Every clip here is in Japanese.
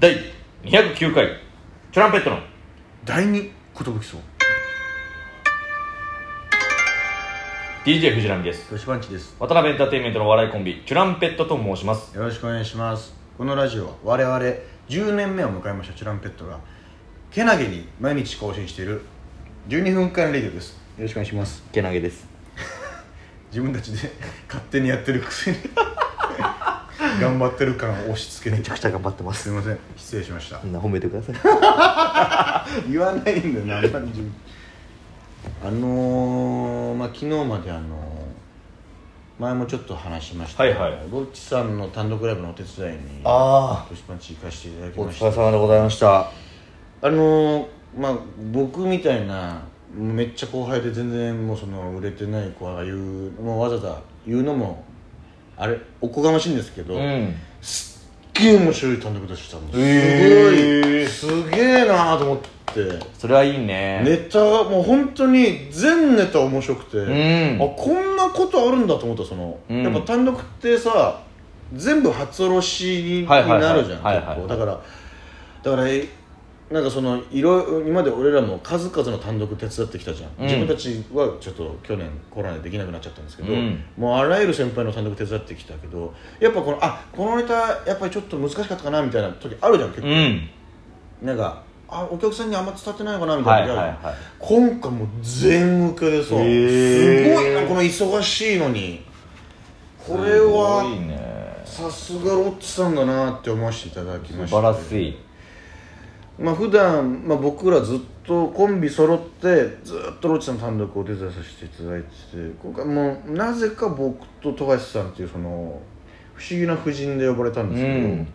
第209回トランペットの第二寿そう DJ 藤波です吉番地です渡辺エンターテインメントのお笑いコンビチュランペットと申しますよろしくお願いしますこのラジオは我々10年目を迎えましたチュランペットがけなげに毎日更新している12分間レディオですよろしくお願いしますけなげです自分たちで 勝手にやってるくせに 頑張ってる感を押し付けてゃくちゃ頑張ってますいません失礼しましたみんな褒めてください言わないんだよなあんまり自分あのー、まあ昨日まであのー前もちょっと話しましたけどはいはいロッチさんの単独ライブのお手伝いにあトシパンチ行かせていただきおまし疲れた様でございましたあのー、まあ僕みたいなめっちゃ後輩で全然もうその売れてない子が言うもうわざわざ言うのもあれおこがましいんですけど、うんすっげえ面白い単独でしたもんすごい、へーすげえなーと思ってそれはいいねネタがもう本当に全ネタ面白くて、んあこんなことあるんだと思ったその、うんやっぱ単独ってさ全部初おろしににはいはいはいなるじゃん結はいはいはい構だからだからえなんかそのいろ今まで俺らも数々の単独手伝ってきたじゃん、うん自分たちはちょっと去年コロナでできなくなっちゃったんですけど、うんもうあらゆる先輩の単独手伝ってきたけどやっぱこのあこのネタやっぱりちょっと難しかったかなみたいな時あるじゃん結う構、んなんかあお客さんにあんま伝わってないのかなみはたいいな時あるはじいゃん、はい今回もう全受けでさすごへーいなこの忙しいのにこれすごいはねさすがロッチさんだなって思わせていただきま素した晴らしいまあ普段まあ僕らずっとコンビ揃ってずっとロッチさんの単独をお手伝いさせていただいてて今回もうなぜか僕と富樫さんっていうその不思議な夫人で呼ばれたんうですけど、ん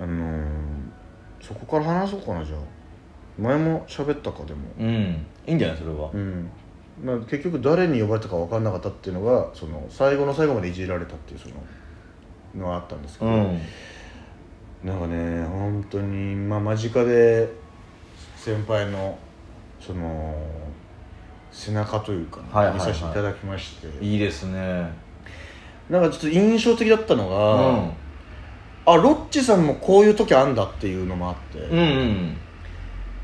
あのーそこから話そうかなじゃあ前も喋ったかでもうんいいんじゃないそれはうんまあ、結局誰に呼ばれたか分かんなかったっていうのがその最後の最後までいじられたっていうそののはあったんですけうど、んなんかね本当にまあ間近で先輩のその背中というか、はいはいはい見させていただきましていいですねなんかちょっと印象的だったのうが、んあロッチさんもこういう時あんだっていうのもあって、うんうん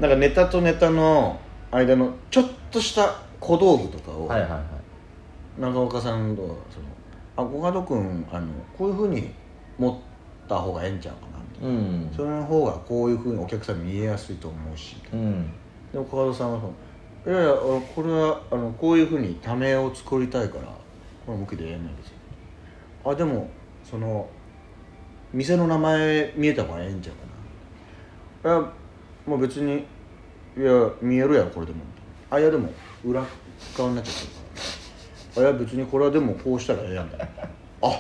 なんかネタとネタの間のちょっとした小道具とかを、はいはいはい長岡さんとはそのあコカド君あのこういうふうに持った方がええんちゃうかなみたいな、うんそれの方がこういうふうにお客さんに見えやすいと思うしうんでもコカドさんはその「いやいやあのこれはあのこういうふうにためを作りたいからこの向きでやんないですよ」あでもその店の名前見えた方がええんちゃうかな」いやもう別にいや見えるやろこれでも」あいやでも裏側になっちゃってるから」あいや別にこれはでもこうしたらええやんだあ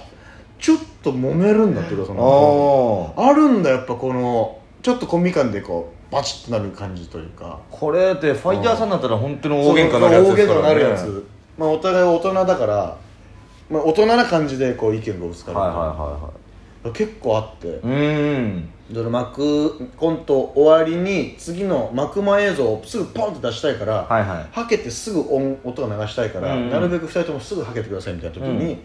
ちょっと揉めるんだっていうかそのあああるんだやっぱこのちょっとコミカンでこうバチッとなる感じというかこれってファイターさんだったら本当に大喧嘩になるやつそうでそうすか大喧嘩にならねるやつ、まあ、お互い大人だから、まあ、大人な感じでこう意見がぶつかはいる、はいは結構あっていはいうんその幕コント終わりに次の幕間映像をすぐポンって出したいから、はいはいはけてすぐ音音が流したいから、うんなるべく2人ともすぐはけてくださいみたいな時に、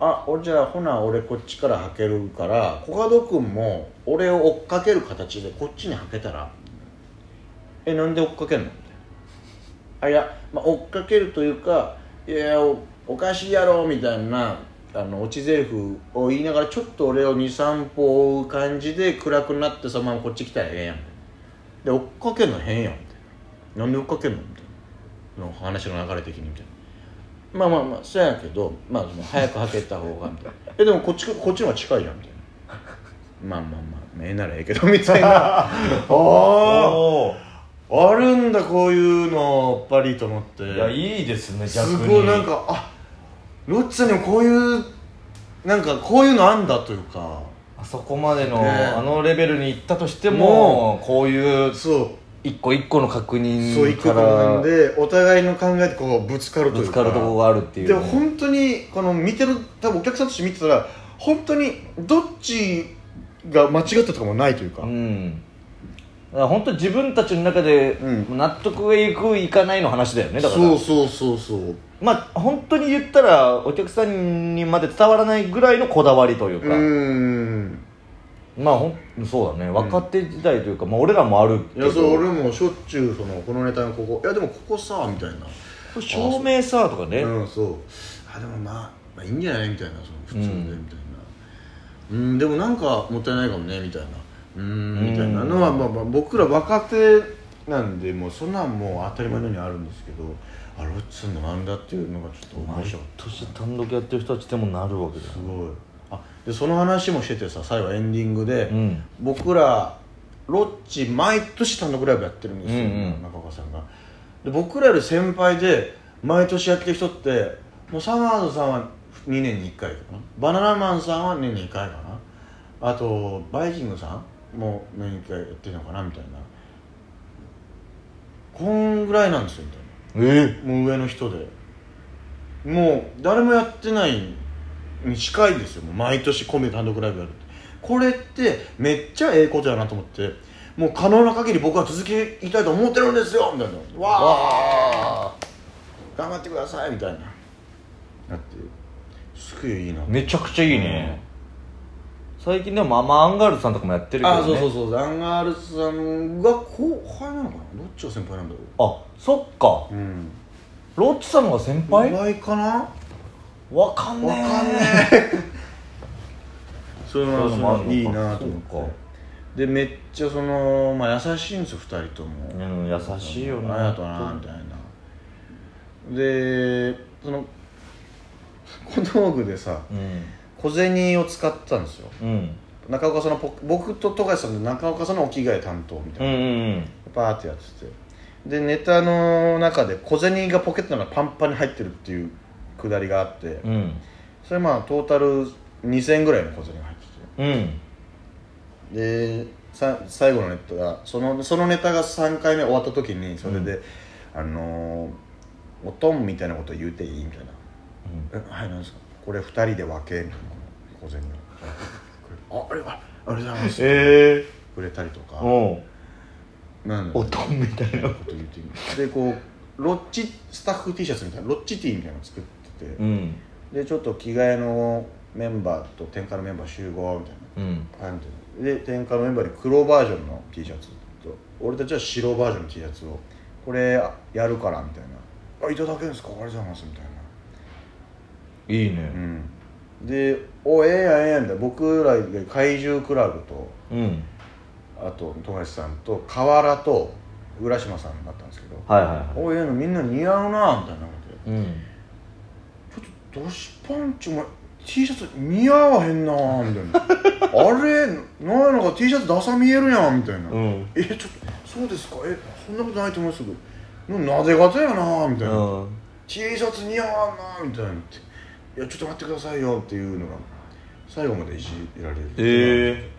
あ俺じゃあほな俺こっちからはけるからコカド君も俺を追っかける形でこっちにはけたら「えなんで追っかけんの?」みたいなあいや、まあ、追っかけるというか「いやおおかしいやろ」みたいなあの落ち台詞を言いながらちょっと俺を23歩追う感じで暗くなってそのままこっち来たらええやんで追っかけるの変やんみたいななんで追っかけるのみたいなの話の流れ的にみたいなまあまあまあそうやけどまあその早くはけた方 がみたいなえでもこっちこっちの方が近いやんみたいなまあまあまあええならええけどみた いなあおー ああるんだこういうのやっぱりと思っていやいいですね逆すにごいなんかあロッチさんにもこういうなんかこういうのあんだというかあそこまでの、ねあのレベルに行ったとしてもこういうそう一個一個の確認そういくかことなんらでお互いの考えでこうぶつかるとぶいつうかかるとこがあるっていうでね、も本当にこの見てる多分お客さんとして見てたら本当にどっちが間違ったとかもないというか、うんだから本当自分たちの中でう納得がいくいかないの話だよねだからそうそうそうそうまあ本当に言ったらお客さんにまで伝わらないぐらいのこだわりといううか、ーんまあほんそうだね若手時代というか、まあ、俺らもあるいけどやそう俺もしょっちゅうそのこのネタのここいやでもここさみたいなこれ照明さとかね、うんそうあでもまあ、まあ、いいんじゃないみたいなその普通でみたいなうんでもなんかもったいないかもねみたいなうんみたいなのは、まあまあ、僕ら若手なんでもうそんなんもう当たり前のようにあるんですけどあロッチさんのなんだっていうのがちょっと面毎白かった年単独やってる人たちでもなるわけだすごいあでその話もしててさ最後エンディングで、うん僕らロッチ毎年単独ライブやってるんですよ、うんうん中岡さんがで僕らより先輩で毎年やってる人ってもうサマーズさんは2年に1回かなバナナマンさんは年に1回かなあとバイキングさんも年に1回やってるのかなみたいなこんぐらいなんですよみたいなえもう上の人でもう誰もやってないに近いですよもう毎年コンビで単独ライブやるってこれってめっちゃええことやなと思ってもう可能な限り僕は続けていきたいと思ってるんですよみたいなわあ頑張ってくださいみたいなだってすげえいいなめちゃくちゃいいね、最近でもママアンガールズさんとかもやってるけど、ね、あそうそうそうアンガールズさんが後輩なのかなどっちが先輩なんだろあそっかううんロッチさんの方が先輩後輩かなわかんねえわかんねえ それはそのいいなとそう思っかてでめっちゃその、まあ、優しいんですよ2人とも、うん優しいよなありがとうなみたいなでその小道具でさうん小銭を使ってたんですようん中岡さんのポ僕と富樫さんで中岡さんのお着替え担当みたういんな、うんバーってやっててでネタの中で小銭がポケットの中パンパンに入ってるっていうくだりがあって、うんうんそれまあトータル2000円ぐらいの小銭が入ってうんてでさ最後のネタがそのそのネタが3回目終わった時にそれで、あのーおとんみたいなこと言うていい?」みたいな「えはいなんですかこれ2人で分け」みたいなこの小銭を「ああれあありがとうございます」えくれたりとかえおうなんだろうおとんみたいなこと言うていいでこうロッチスタッフ T シャツみたいなロッチティーみたいなの作ってて、うんでちょっと着替えのメンバーと天下のメンバー集合みたいなうんなんていうので天下のメンバーに黒バージョンの T シャツと俺たちは白バージョンの T シャツをこれやるからみたいな「あいただけるんですかありがとうございます」みたいいいなうねんで「おええやんええやん」みたいな僕らで怪獣クラブとうんあと富樫さんと河原と浦島さんだったんですけどはいはいは「おええやんみんな似合うな」みたいなことでいうんちょっとドシパンチお前 T シャツ似合わへんな みたいなあれなんやなんか T シャツダサ見えるやんみたいな、うんえちょっとそうですかえそんなことないと思いますけどななぜ方やなみたいな、うん T シャツ似合わんなみたいなっていやちょっと待ってくださいよっていうのが最後までいじられるえ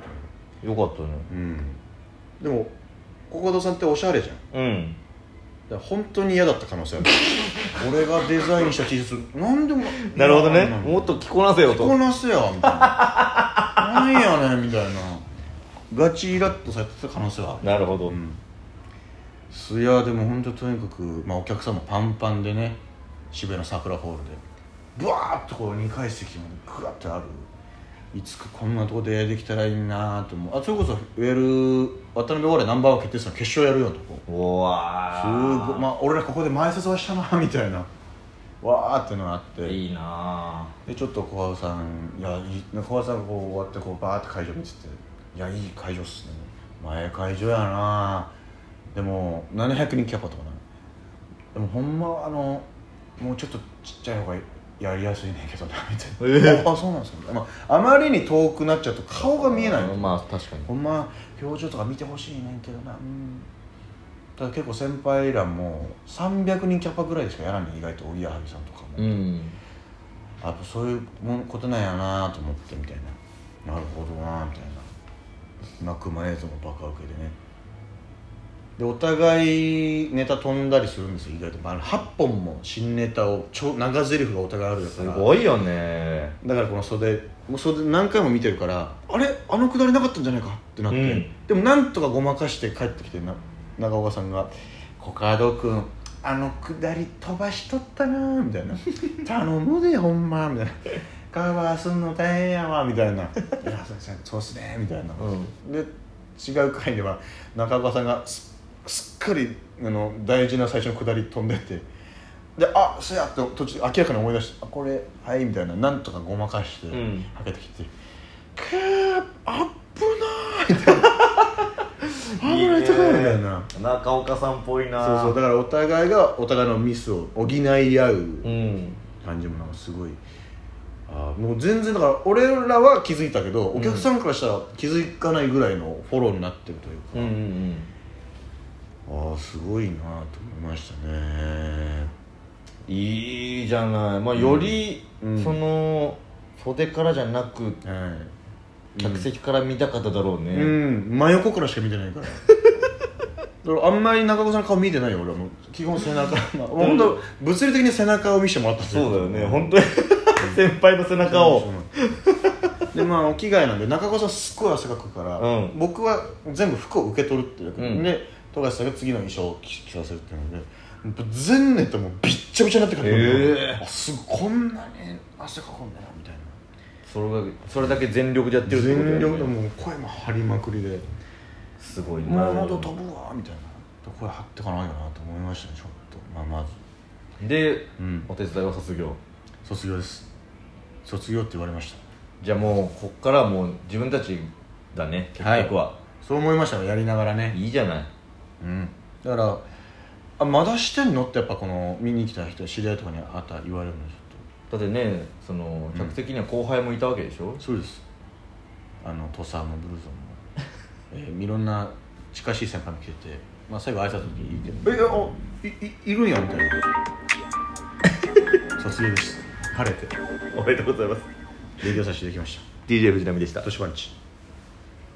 えよかったねうんでもココドさんっておしゃれじゃんうんだから本当に嫌だった可能性あ る俺がデザインした T シャツなんでもなるほどねなんなんもっと着こなせよ着ことなせやみたいななんやねんみたいなガチイラッとされてた可能性はあるなるほどうんすやでも本当とにかく、まあ、お客さんもパンパンでね渋谷の桜ホールでブワーッとこう2階席までグワッてあるいつかこんなとこでできたらいいなと思うあそれこそウェル渡辺オーレナンバーワン決定戦の決勝やるよとこうわすーごいまあ俺らここで前説はしたなみたいなわーってのがあっていいなでちょっと小川さんいやいい小川さんがこう終わってこうバーって会場見てて「いやいい会場っすね前会場やなでも700人キャパとかなでもほんまあのもうちょっとちっちゃい方がやりやすいねんけどな」みたいな「えああそうなんですか、まあ、あまりに遠くなっちゃうと顔が見えないの、まあ確かにほんま表情とか見てほしいねんけどなうんただ結構先輩らも300人キャパぐらいしかやらない意外とおぎやはぎさんとかも、うんあやっぱそういうもんことなんやなと思ってみたいななるほどなみたいな泣く前映像もバカ受けでねでお互いネタ飛んだりするんですよ意外と、まああの、8本も新ネタをちょ長ゼリフがお互いあるやつすだからごいよねだからこの袖もう袖何回も見てるからあれあのくだりなかったんじゃないかってなって、うんでもなんとかごまかして帰ってきてな長岡さんが「コカド君 あのくだり飛ばしとったな」みたいな「頼むでほんま」みたいな「カバーすんの大変やわみたいな「いやそうですねそうっすね」みたいな、うで違う回では中岡さんがすすっかりあの大事な最初の下り飛んでってで「あそうや」って途中明らかに思い出して「あこれはい」みたいななんとかごまかして、うんはけてきて「くーあっぶなー」みたいな「あ ぶないとこ」みたいな。中岡さんっぽいなそうそうだからお互いがお互いのミスを補い合ううん感じもなんかすごいあーもう全然だから俺らは気づいたけど、お客さんからしたら気づかないぐらいのフォローになってるというかうんうんうんああすごいなと思いましたねいいじゃないまあより、うんその袖からじゃなくはい客席から見た方だろうね、うん真横からしか見てないからだからあんまり中岡さんの顔見てないよ俺はもう基本背中、まあ、もう本当物理的に背中を見せてもらったんですそうだよね本当に先輩の背中 をでまあお着替えなんで中岡さんすっごい汗かくから、うん僕は全部服を受け取るっていう役、うんで富樫さんが次の衣装を着着させるっていうので全ネットもうびっちゃびちゃになってくる、へえあすごいこんなに汗かくんだなみたいなそれがそれだけ全力でやってるってことだよ全ね力でもう声も張りまくりですごいなもう喉飛ぶわみたいな声張ってかないよなと思いましたねちょっと、まあ、まずで、うんお手伝いは卒業卒業です卒業って言われましたじゃあもうこっからはもう自分たちだね結局は、そう思いましたよやりながらねい、いじゃないうん、だからあまだしてんのってやっぱこの見に来た人知り合いとかにあったら言われるのちょだってねそのうん客席には後輩もいたわけでしょ、っとそうですあの土佐もブルゾ ンも、えーいろんな近しい先輩も来てて、まあ、最後挨拶の時に言って「えあいいいるんや」みたいな 卒業です晴れておめでとうございます営業させていただきました DJ 藤波でした年番地